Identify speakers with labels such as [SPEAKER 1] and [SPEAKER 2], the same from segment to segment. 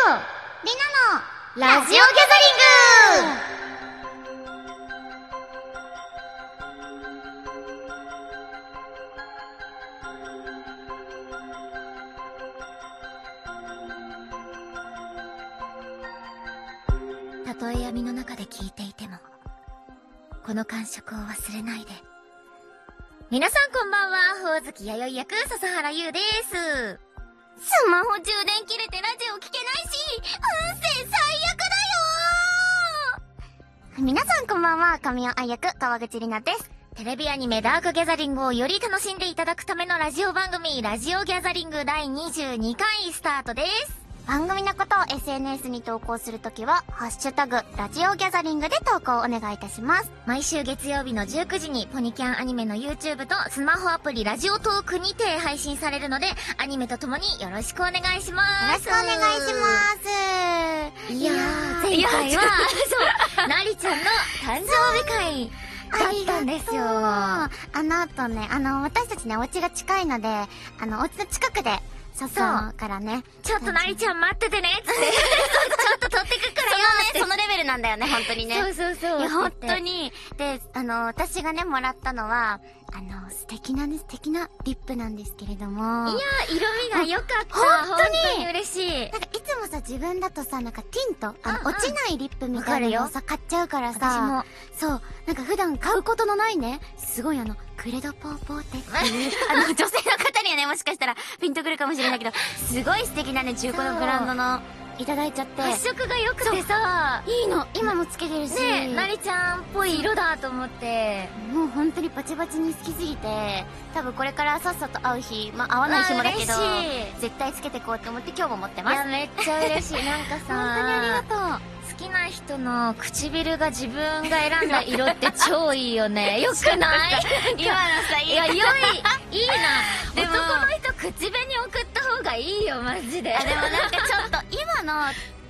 [SPEAKER 1] りなのラジオギャザリングたとえ闇の中で聞いていてもこの感触を忘れないで皆さんこんばんはほおずき弥生役笹原優ですスマホ充電切れてラジオ聞けないし運勢最悪だよ皆さんこんばんは神尾愛役川口里奈ですテレビアニメダークギャザリングをより楽しんでいただくためのラジオ番組、ラジオギャザリング第22回スタートです。番組のことを SNS に投稿するときは、ハッシュタグ、ラジオギャザリングで投稿お願いいたします。毎週月曜日の19時に、ポニキャンアニメの YouTube とスマホアプリラジオトークにて配信されるので、アニメとともによろしくお願いします。
[SPEAKER 2] よろしくお願いします。
[SPEAKER 1] いやー、前回 は、そう、 なりちゃんの誕生日会だったんですよ。
[SPEAKER 2] あの後ね、あの、私たちね、お家が近いので、あの、お家の近くで、そう
[SPEAKER 1] そう
[SPEAKER 2] からね。
[SPEAKER 1] ちょっとなりちゃん待っててね、つって。ちょっと取ってくか
[SPEAKER 2] そ
[SPEAKER 1] ら
[SPEAKER 2] の
[SPEAKER 1] よ
[SPEAKER 2] ね、そのレベルなんだよね、本当にね。
[SPEAKER 1] そうそうそう。
[SPEAKER 2] いや、本当。に。で、あの、私がね、もらったのは、あの、素敵なね、素敵なリップなんですけれども。
[SPEAKER 1] いや、色味が良かった。
[SPEAKER 2] 本当に
[SPEAKER 1] 本当に嬉しい。
[SPEAKER 2] なんかいつもさ、自分だとさ、なんかティント、あの、
[SPEAKER 1] うんうん
[SPEAKER 2] 落ちないリップみたいなのをさ、買っちゃうからさ。
[SPEAKER 1] 私も。
[SPEAKER 2] そう。なんか普段買うことのないね、すごいあの、クレドポーポーテっていう、 あの、女性の方にはね、もしかしたらピンとくるかもしれないけど、すごい素敵なね、中古のブランドの、いただいちゃって。
[SPEAKER 1] 発色が良くてさ、
[SPEAKER 2] いいの今もつけてるし。
[SPEAKER 1] ねえ、なりちゃんっぽい色だと思って。
[SPEAKER 2] もう本当にバチバチに好きすぎて、多分これからさっさと会う日、まあ会わない日もだけど
[SPEAKER 1] うわ、嬉しい
[SPEAKER 2] 絶対つけてこうって思って今日も持って
[SPEAKER 1] い
[SPEAKER 2] ます。
[SPEAKER 1] や、めっちゃ嬉しい。なんか
[SPEAKER 2] 本当に
[SPEAKER 1] さ
[SPEAKER 2] あり、がと
[SPEAKER 1] 好きな人の唇が自分が選んだ色って超いいよ ね。よくない
[SPEAKER 2] 今のさ、
[SPEAKER 1] いや、良い、いい
[SPEAKER 2] で
[SPEAKER 1] な。
[SPEAKER 2] も
[SPEAKER 1] 男の人、口紅送った方がいいよ、マジで。
[SPEAKER 2] あでもなんかちょっと今の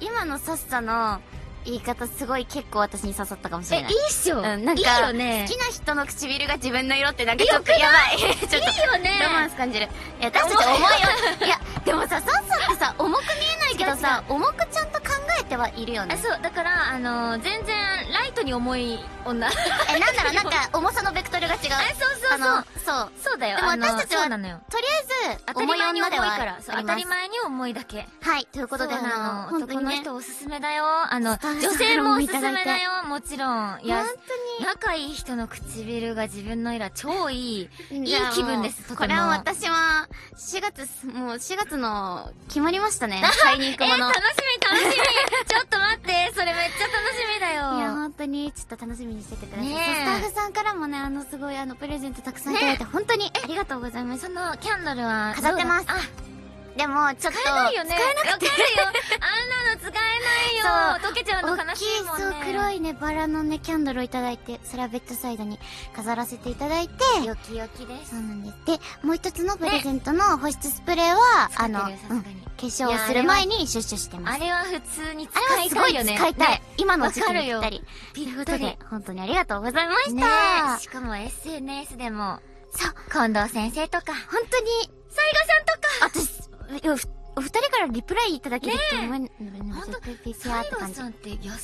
[SPEAKER 2] 今のサッサの言い方すごい結構私に刺さったかもし
[SPEAKER 1] え、い
[SPEAKER 2] れ
[SPEAKER 1] い
[SPEAKER 2] ない
[SPEAKER 1] っしょ。
[SPEAKER 2] うんなん
[SPEAKER 1] いい
[SPEAKER 2] か
[SPEAKER 1] よね。
[SPEAKER 2] 好きな人の唇が自分の色ってなんかちょっとやばいちょっと
[SPEAKER 1] いいよね。
[SPEAKER 2] ロマンス感じるいや私たち重いよいやでもさサッサってさ重く見えないけどさ重くちゃんと考えてはいるよね
[SPEAKER 1] あそうだからあのー全然ライトに重い 女あそう
[SPEAKER 2] えなんだろうなんか重さのベクトルが違う
[SPEAKER 1] そうそう
[SPEAKER 2] あのそう
[SPEAKER 1] そうだよ
[SPEAKER 2] でも
[SPEAKER 1] あの
[SPEAKER 2] 私たちは
[SPEAKER 1] そうなのよ
[SPEAKER 2] とりあえず
[SPEAKER 1] 当たり前に重い
[SPEAKER 2] 女では
[SPEAKER 1] からそう当
[SPEAKER 2] ありま
[SPEAKER 1] た
[SPEAKER 2] す
[SPEAKER 1] り前に重いだけ
[SPEAKER 2] はいということで
[SPEAKER 1] そうな
[SPEAKER 2] あ
[SPEAKER 1] の
[SPEAKER 2] の本当
[SPEAKER 1] 男
[SPEAKER 2] に
[SPEAKER 1] の
[SPEAKER 2] ね
[SPEAKER 1] 人おすすめだよあの
[SPEAKER 2] スタッフさん
[SPEAKER 1] 女性もおすす
[SPEAKER 2] いただい
[SPEAKER 1] め
[SPEAKER 2] て
[SPEAKER 1] だよもちろんいや
[SPEAKER 2] 本当に
[SPEAKER 1] 仲いい人の唇が自分の色は超いいいい
[SPEAKER 2] じゃあもう
[SPEAKER 1] 気分ですとても
[SPEAKER 2] これは私は、4月、もう4月の、決まりましたね。買いに行
[SPEAKER 1] え
[SPEAKER 2] く
[SPEAKER 1] ー、
[SPEAKER 2] もの。
[SPEAKER 1] 楽しみ楽しみちょっと待ってそれめっちゃ楽しみだ
[SPEAKER 2] いや、
[SPEAKER 1] よ
[SPEAKER 2] 本当に、ちょっと楽しみにしててください。
[SPEAKER 1] ね
[SPEAKER 2] そうス
[SPEAKER 1] え
[SPEAKER 2] タッフさんからもね、あの、すごい、あの、プレゼントたくさんいただいて、本当に、ありがとうございます。
[SPEAKER 1] そのキャンドルは
[SPEAKER 2] 飾ってます
[SPEAKER 1] どうだあ
[SPEAKER 2] でも、ちょっと、
[SPEAKER 1] 使えないよね。
[SPEAKER 2] 使えなくて
[SPEAKER 1] わかるよ。あんなの使えないよ。溶けちゃうの
[SPEAKER 2] 大
[SPEAKER 1] 悲
[SPEAKER 2] きい
[SPEAKER 1] しいもんね。
[SPEAKER 2] そう黒いねバラのねキャンドルをいただいてそれはベッドサイドに飾らせていただいて
[SPEAKER 1] よきよきです
[SPEAKER 2] そう。なんですでもう一つのプレゼントの保湿スプレーは、
[SPEAKER 1] 使っ
[SPEAKER 2] あ
[SPEAKER 1] てる
[SPEAKER 2] の、
[SPEAKER 1] よ
[SPEAKER 2] うん
[SPEAKER 1] さすがに
[SPEAKER 2] 化粧をする前にシュッシュしてます
[SPEAKER 1] あれは普通に使
[SPEAKER 2] あれはいす
[SPEAKER 1] た
[SPEAKER 2] ごい
[SPEAKER 1] いよね。
[SPEAKER 2] 使いたい。
[SPEAKER 1] ね。
[SPEAKER 2] 今の時期にぴっ
[SPEAKER 1] わ
[SPEAKER 2] た
[SPEAKER 1] かる
[SPEAKER 2] り
[SPEAKER 1] よ。
[SPEAKER 2] というこ
[SPEAKER 1] ぴ
[SPEAKER 2] と
[SPEAKER 1] ったり
[SPEAKER 2] で、本当にありがとうございました。
[SPEAKER 1] ねえしかも SNS でも、
[SPEAKER 2] そう、
[SPEAKER 1] 近藤先生とか、
[SPEAKER 2] 本当に、
[SPEAKER 1] 西賀さんとか。
[SPEAKER 2] 私、いやふお二人からリプライいただけるって思えないの
[SPEAKER 1] ほんと
[SPEAKER 2] ピピピ
[SPEAKER 1] 西
[SPEAKER 2] アって
[SPEAKER 1] 賀
[SPEAKER 2] 感じ。優
[SPEAKER 1] さんって優しいよ。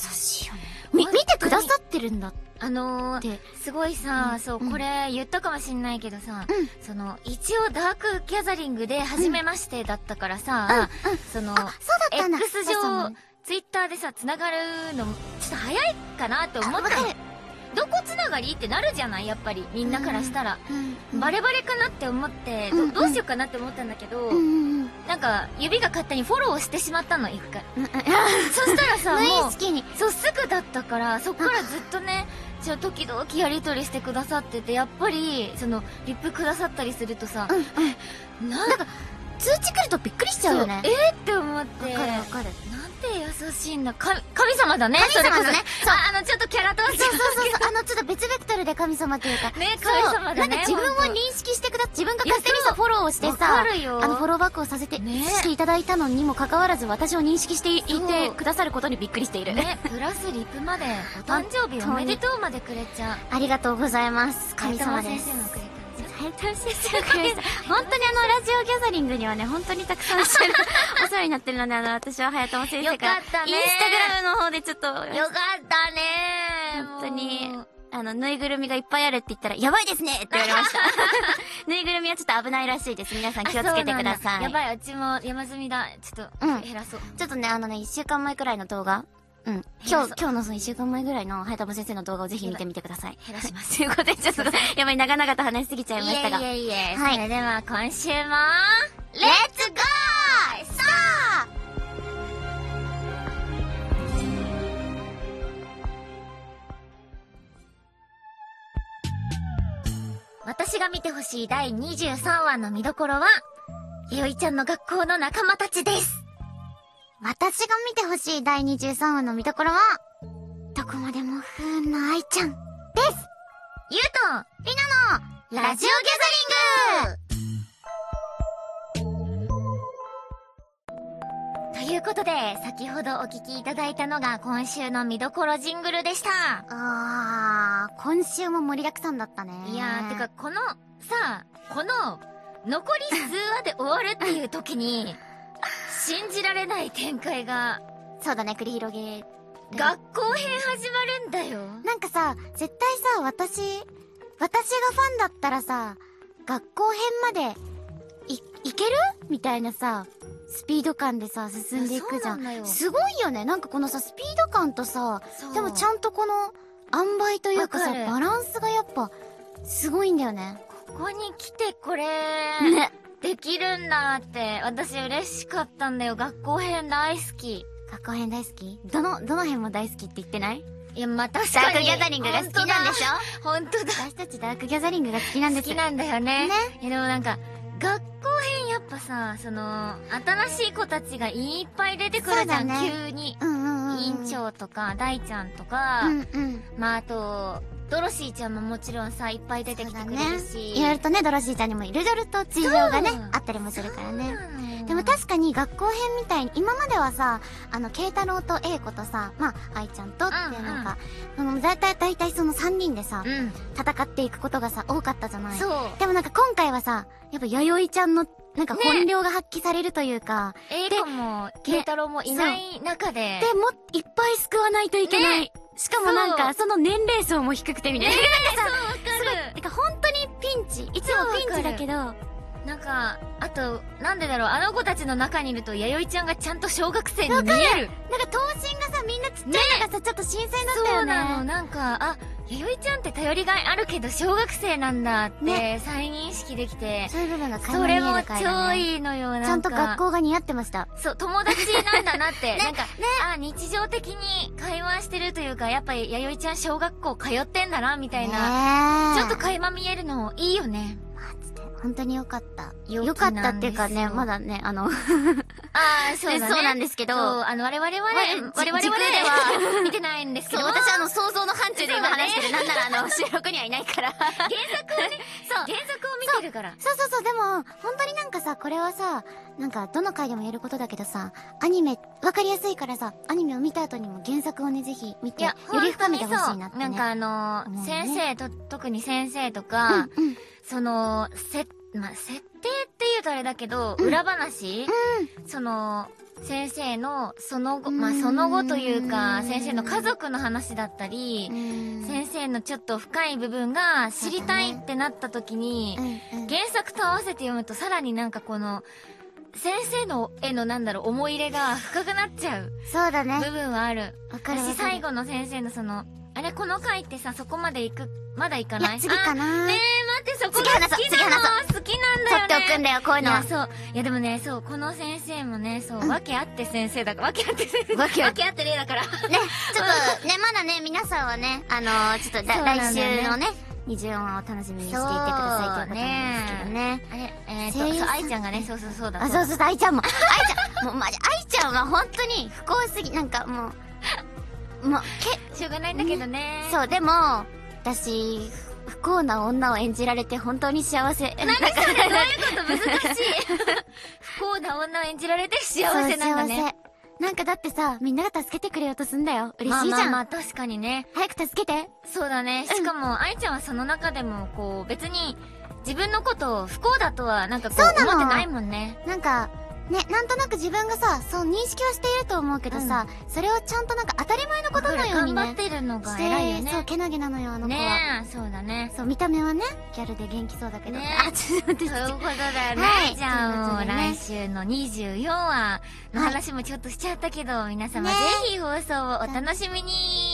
[SPEAKER 2] しいよね。
[SPEAKER 1] 本
[SPEAKER 2] み、
[SPEAKER 1] 当に
[SPEAKER 2] 見てくださってるんだっ
[SPEAKER 1] あのー、
[SPEAKER 2] て。
[SPEAKER 1] すごいさ、
[SPEAKER 2] うん
[SPEAKER 1] そう、
[SPEAKER 2] うん
[SPEAKER 1] これ言ったかもしんないけどさ、
[SPEAKER 2] うん
[SPEAKER 1] その、一応ダークギャザリングで初めましてだったからさ、その、
[SPEAKER 2] あ、そうだったんだ。
[SPEAKER 1] X
[SPEAKER 2] そうそう
[SPEAKER 1] 上、ツイッターでさ、つながるの、ちょっと早いかなって思
[SPEAKER 2] あ
[SPEAKER 1] っ
[SPEAKER 2] わ
[SPEAKER 1] た
[SPEAKER 2] か
[SPEAKER 1] の
[SPEAKER 2] る。
[SPEAKER 1] どこつながりってなるじゃないやっぱり、みんなからしたら。
[SPEAKER 2] うん
[SPEAKER 1] バレバレかなって思って、ど
[SPEAKER 2] うんうん
[SPEAKER 1] どうしようかなって思ったんだけど、
[SPEAKER 2] うんうんうん。
[SPEAKER 1] なんか、指が勝手にフォローしてしまったの、一回。
[SPEAKER 2] うんうん
[SPEAKER 1] そしたらさ、
[SPEAKER 2] 無
[SPEAKER 1] も
[SPEAKER 2] 意識に。
[SPEAKER 1] う、そう、すぐだったから、そっからずっとね、ちょ、時々やりとりしてくださってて、やっぱり、その、リップくださったりするとさ
[SPEAKER 2] う、んうん。
[SPEAKER 1] なん
[SPEAKER 2] なんか、通知来るとびっくりしちゃうよね
[SPEAKER 1] そ。えーって思っ
[SPEAKER 2] わ
[SPEAKER 1] て。
[SPEAKER 2] かるわかる。
[SPEAKER 1] なんて優しいんだ。か神様だね。
[SPEAKER 2] 神様だね
[SPEAKER 1] それこそああの、ちょっとキャラとは違う
[SPEAKER 2] そうそうそうそう。あの、ちょっと別ベクトルで神様というか、
[SPEAKER 1] ね、
[SPEAKER 2] そう
[SPEAKER 1] 神様だね。
[SPEAKER 2] なんか自分を
[SPEAKER 1] に
[SPEAKER 2] 認識してくだ自分が勝手に
[SPEAKER 1] いやそ
[SPEAKER 2] さ、フォローをして
[SPEAKER 1] わか
[SPEAKER 2] さ、
[SPEAKER 1] るよ。
[SPEAKER 2] あの、フォローバックをさせて、
[SPEAKER 1] ね
[SPEAKER 2] していただいたのにもかかわらず、私を認識してい
[SPEAKER 1] そう
[SPEAKER 2] てくださることにびっくりしている。
[SPEAKER 1] ね、プラスリップまで、お誕生日おめでとうまでくれちゃう。
[SPEAKER 2] ありがとうございます。神様で
[SPEAKER 1] 先
[SPEAKER 2] す
[SPEAKER 1] 生。もくれたんじゃん。
[SPEAKER 2] はい、楽しいですよ、 本当にあの、ラジオギャザリングにはね、本当にたくさんお世話 お世話になってるので、あの、私は早友先生から、
[SPEAKER 1] よかったね
[SPEAKER 2] インスタグラムの方でちょっと、
[SPEAKER 1] よかったね
[SPEAKER 2] 本当に
[SPEAKER 1] もう、
[SPEAKER 2] あの、ぬいぐるみがいっぱいあるって言ったら、やばいですねって言われ ました。ぬいぐるみはちょっと危ないらしいです。皆さん気をつけてくださ
[SPEAKER 1] あ
[SPEAKER 2] い。
[SPEAKER 1] そうなんやばい、うちも山積みだ。ちょっと、
[SPEAKER 2] うん
[SPEAKER 1] 減らそう。
[SPEAKER 2] ちょっとね、あのね、一週間前くらいの動画。うん。今
[SPEAKER 1] そう
[SPEAKER 2] 日、今日のその一週間前ぐらいの、早友先生の動画をぜひ見てみてください。
[SPEAKER 1] 減らします
[SPEAKER 2] 。ということで、ちょっと、やばい、長々と話しすぎちゃいましたが。
[SPEAKER 1] いえいえいえ。
[SPEAKER 2] はい
[SPEAKER 1] それでは今週も、レッツゴーさあ私が見てほしい第23話の見どころは、ゆいちゃんの学校の仲間たちです。
[SPEAKER 2] 私が見てほしい第23話の見どころは、どこまでも不運な愛ちゃん。
[SPEAKER 1] ゆうと、りなの、ラジオギャザリングということで、先ほどお聞きいただいたのが今週の見どころジングルでした。
[SPEAKER 2] あー、今週も盛りだくさんだったね。
[SPEAKER 1] いやー、てか、この、さあ、この、残り数話で終わるっていう時に、信じられない展開が、
[SPEAKER 2] そうだね、繰り広げ。
[SPEAKER 1] 学校編始まるんだよ。
[SPEAKER 2] なんかさ、絶対さ、私、私がファンだったらさ、学校編まで、い、いけるみたいなさ、スピード感でさ、進んでいくじ
[SPEAKER 1] いやそうな
[SPEAKER 2] ゃ
[SPEAKER 1] んだ
[SPEAKER 2] ん。
[SPEAKER 1] よ
[SPEAKER 2] すごいよね。なんかこのさ、スピード感とさ、でもち
[SPEAKER 1] ん
[SPEAKER 2] ゃんとこの、塩梅というかさ、
[SPEAKER 1] わかる
[SPEAKER 2] バランスがやっぱ、すごいんだよね。
[SPEAKER 1] ここに来てこれ、
[SPEAKER 2] ね。
[SPEAKER 1] できるんだって、私嬉しかったんだよ。学校編大好き。
[SPEAKER 2] 学校編大好きどの、どの編も大好きって言って ない
[SPEAKER 1] いや、まあ、確
[SPEAKER 2] ダ
[SPEAKER 1] か
[SPEAKER 2] ー
[SPEAKER 1] に。
[SPEAKER 2] クギャザリングが好きなんでしょ
[SPEAKER 1] ょ本当だ。
[SPEAKER 2] 私たちダークギャザリングが好きなんで
[SPEAKER 1] 好
[SPEAKER 2] す
[SPEAKER 1] きなんだよね。
[SPEAKER 2] ね
[SPEAKER 1] いや、でもなんか、学校編やっぱさ、その、新しい子たちがいっぱい出てくるじゃ、
[SPEAKER 2] そうんだね
[SPEAKER 1] 急に。
[SPEAKER 2] うんうんうんうん。
[SPEAKER 1] 委員長とか、大ちゃんとか、
[SPEAKER 2] うんうん。
[SPEAKER 1] まあ、あと、ドロシーちゃんももちろんさ、いっぱい出てきてくれるし。
[SPEAKER 2] いろいろとね、ドロシーちゃんにもいろいろと追情がね
[SPEAKER 1] そう、
[SPEAKER 2] あったりもするからね。
[SPEAKER 1] ね
[SPEAKER 2] でも確かに学校編みたいに、今まではさ、あの、慶太郎と英子とさ、まあ、愛ちゃんとって
[SPEAKER 1] うんうん
[SPEAKER 2] なんか、その、だいたい、だいたいその3人でさ、
[SPEAKER 1] うん。
[SPEAKER 2] 戦っていくことがさ、多かったじゃない
[SPEAKER 1] そう。
[SPEAKER 2] でもなんか今回はさ、やっぱ弥生ちゃんの、なんか
[SPEAKER 1] ね
[SPEAKER 2] 本領が発揮されるというか、
[SPEAKER 1] エイコも、ケイタロウもいない中で。
[SPEAKER 2] で、も、いっぱい救わないといけない。しかもなんか、その年齢層も低くてみたいな。
[SPEAKER 1] そう、わかる
[SPEAKER 2] て。か本当にピンチ。いつもピンチだけど、
[SPEAKER 1] なんか、あと、なんでだろう、あの子たちの中にいると、弥生ちゃんがちゃんと小学生に見える。
[SPEAKER 2] なんか頭身がさ、みんなちっちゃいのがさ、ちょっと新鮮だった
[SPEAKER 1] そ
[SPEAKER 2] よ
[SPEAKER 1] うなの、
[SPEAKER 2] ね。
[SPEAKER 1] なんか、あ、弥生ちゃんって頼りがいあるけど、小学生なんだって、
[SPEAKER 2] ね
[SPEAKER 1] 再認識できて、
[SPEAKER 2] そういう部分が垣
[SPEAKER 1] そ
[SPEAKER 2] 間見え
[SPEAKER 1] れ
[SPEAKER 2] る
[SPEAKER 1] も
[SPEAKER 2] 回だ
[SPEAKER 1] 超
[SPEAKER 2] ね
[SPEAKER 1] いいのよ、なんか。
[SPEAKER 2] ちゃんと学校が似合ってました。
[SPEAKER 1] そう、友達なんだな って、なんか、あ、日常的に会話してるというか、やっぱり弥生ちゃん小学校通ってんだな、みたいな。
[SPEAKER 2] な
[SPEAKER 1] ちょっと垣間見えるの、いいよね。
[SPEAKER 2] 本当に良かった。
[SPEAKER 1] 陽気
[SPEAKER 2] 良かったっていうかね、
[SPEAKER 1] なんですよ
[SPEAKER 2] まだね、 あの、
[SPEAKER 1] ああ、
[SPEAKER 2] そうだね
[SPEAKER 1] なんですけど、
[SPEAKER 2] そう
[SPEAKER 1] あの、我々はね、
[SPEAKER 2] 我
[SPEAKER 1] 我々はね
[SPEAKER 2] 軸で
[SPEAKER 1] 見てないんですけど、
[SPEAKER 2] 私あの、想像の範疇で今話してる。なんならあの、 収録にはいないから。
[SPEAKER 1] 原作をね、そう、原作を見てるから。
[SPEAKER 2] そうそうそう、でも、本当になんかさ、これはさ、なんか、どの回でも言えることだけどさ、アニメ、わかりやすいからさ、アニメを見た後にも原作をね、ぜひ見て、より深めてほしいなって、
[SPEAKER 1] な
[SPEAKER 2] ね。
[SPEAKER 1] んかあのー
[SPEAKER 2] 思うね
[SPEAKER 1] 先生と、特に先生とか、
[SPEAKER 2] うん、うん、
[SPEAKER 1] その、せ、まあ、設定って言うとあれだけど、裏話、その、先生の、その後、まあ、その後という
[SPEAKER 2] う
[SPEAKER 1] か、
[SPEAKER 2] ん
[SPEAKER 1] 先生の家族の話だったり、先生のちょっと深い部分が知りたいってなった時に、
[SPEAKER 2] うんうん
[SPEAKER 1] 原作と合わせて読むとさらになんかこの、先生の絵のなんだろう、思い入れが深くなっちゃう
[SPEAKER 2] そうだね。
[SPEAKER 1] 部分はある。
[SPEAKER 2] わかるわ
[SPEAKER 1] 私
[SPEAKER 2] かる。
[SPEAKER 1] 最後の先生のその、あれこの回ってさ、そこまで行く、まだ行か
[SPEAKER 2] い
[SPEAKER 1] ない
[SPEAKER 2] や、次か
[SPEAKER 1] あ
[SPEAKER 2] な。
[SPEAKER 1] ねえ、待って、そこが好き
[SPEAKER 2] 次
[SPEAKER 1] な
[SPEAKER 2] 話
[SPEAKER 1] の好きなんだよね。
[SPEAKER 2] 取っておくんだよ、こういう
[SPEAKER 1] い
[SPEAKER 2] のは
[SPEAKER 1] や、。そう。いや、でもね、そう、この先生もね、そう、
[SPEAKER 2] ん
[SPEAKER 1] わけあって先生だから、わけあって先生。
[SPEAKER 2] わけあっ
[SPEAKER 1] あって例だから。
[SPEAKER 2] ね、ちょっとね、まだね、皆さんはね、あのーちょっとだ
[SPEAKER 1] そうなんだよ
[SPEAKER 2] 来
[SPEAKER 1] ね
[SPEAKER 2] 週のね、20音を楽しみにしていてくださいということなんですけどね。
[SPEAKER 1] あれ、えー、
[SPEAKER 2] 声
[SPEAKER 1] と、
[SPEAKER 2] 優
[SPEAKER 1] そ
[SPEAKER 2] さ
[SPEAKER 1] う、
[SPEAKER 2] ん
[SPEAKER 1] 愛ちゃんがね、そうそうそうだ。
[SPEAKER 2] あ、そうそうそう、愛ちゃんも。愛ちゃん、もうマジ、愛ちゃんは本当に不幸すぎ、なんかもう、もう、
[SPEAKER 1] う。しょうがないんだけどね
[SPEAKER 2] け、。そう、でも、私、不幸な女を演じられて本当に幸せ。
[SPEAKER 1] 何それどういうこと難し い不幸な女を演じられて幸せなんだ
[SPEAKER 2] そう
[SPEAKER 1] ね。。
[SPEAKER 2] 幸せなんかだってさ、みんなが助けてくれようとすんだよ。嬉しいじゃ
[SPEAKER 1] まあ
[SPEAKER 2] ん。
[SPEAKER 1] まあまあ確かにね。
[SPEAKER 2] 早く助けて。
[SPEAKER 1] そうだね。しかも、愛ちゃんはその中でも、こう、別に、自分のことを不幸だとはなんかこ
[SPEAKER 2] そう
[SPEAKER 1] う
[SPEAKER 2] なの
[SPEAKER 1] 思ってないもんね。
[SPEAKER 2] なんか、ね、なんとなく自分がさ、そう認識はしていると思うけどさ、それをちゃんとなんか当たり前のことのよう
[SPEAKER 1] 頑
[SPEAKER 2] に
[SPEAKER 1] 張
[SPEAKER 2] ね
[SPEAKER 1] っ、てるの
[SPEAKER 2] し
[SPEAKER 1] が
[SPEAKER 2] て、
[SPEAKER 1] 偉いよね。
[SPEAKER 2] そう、けなげなのよ、あの子は。
[SPEAKER 1] ねえ、そうだね。
[SPEAKER 2] そう、見た目はね、ギャルで元気そうだけど。
[SPEAKER 1] ね
[SPEAKER 2] あ、ちょっと待
[SPEAKER 1] そう
[SPEAKER 2] って、
[SPEAKER 1] いうことだよね。
[SPEAKER 2] はい
[SPEAKER 1] じゃあもう
[SPEAKER 2] ということでね
[SPEAKER 1] 来週の24話の話もちょっとしちゃったけど、皆様ぜ
[SPEAKER 2] ね
[SPEAKER 1] ひ放送をお楽しみに。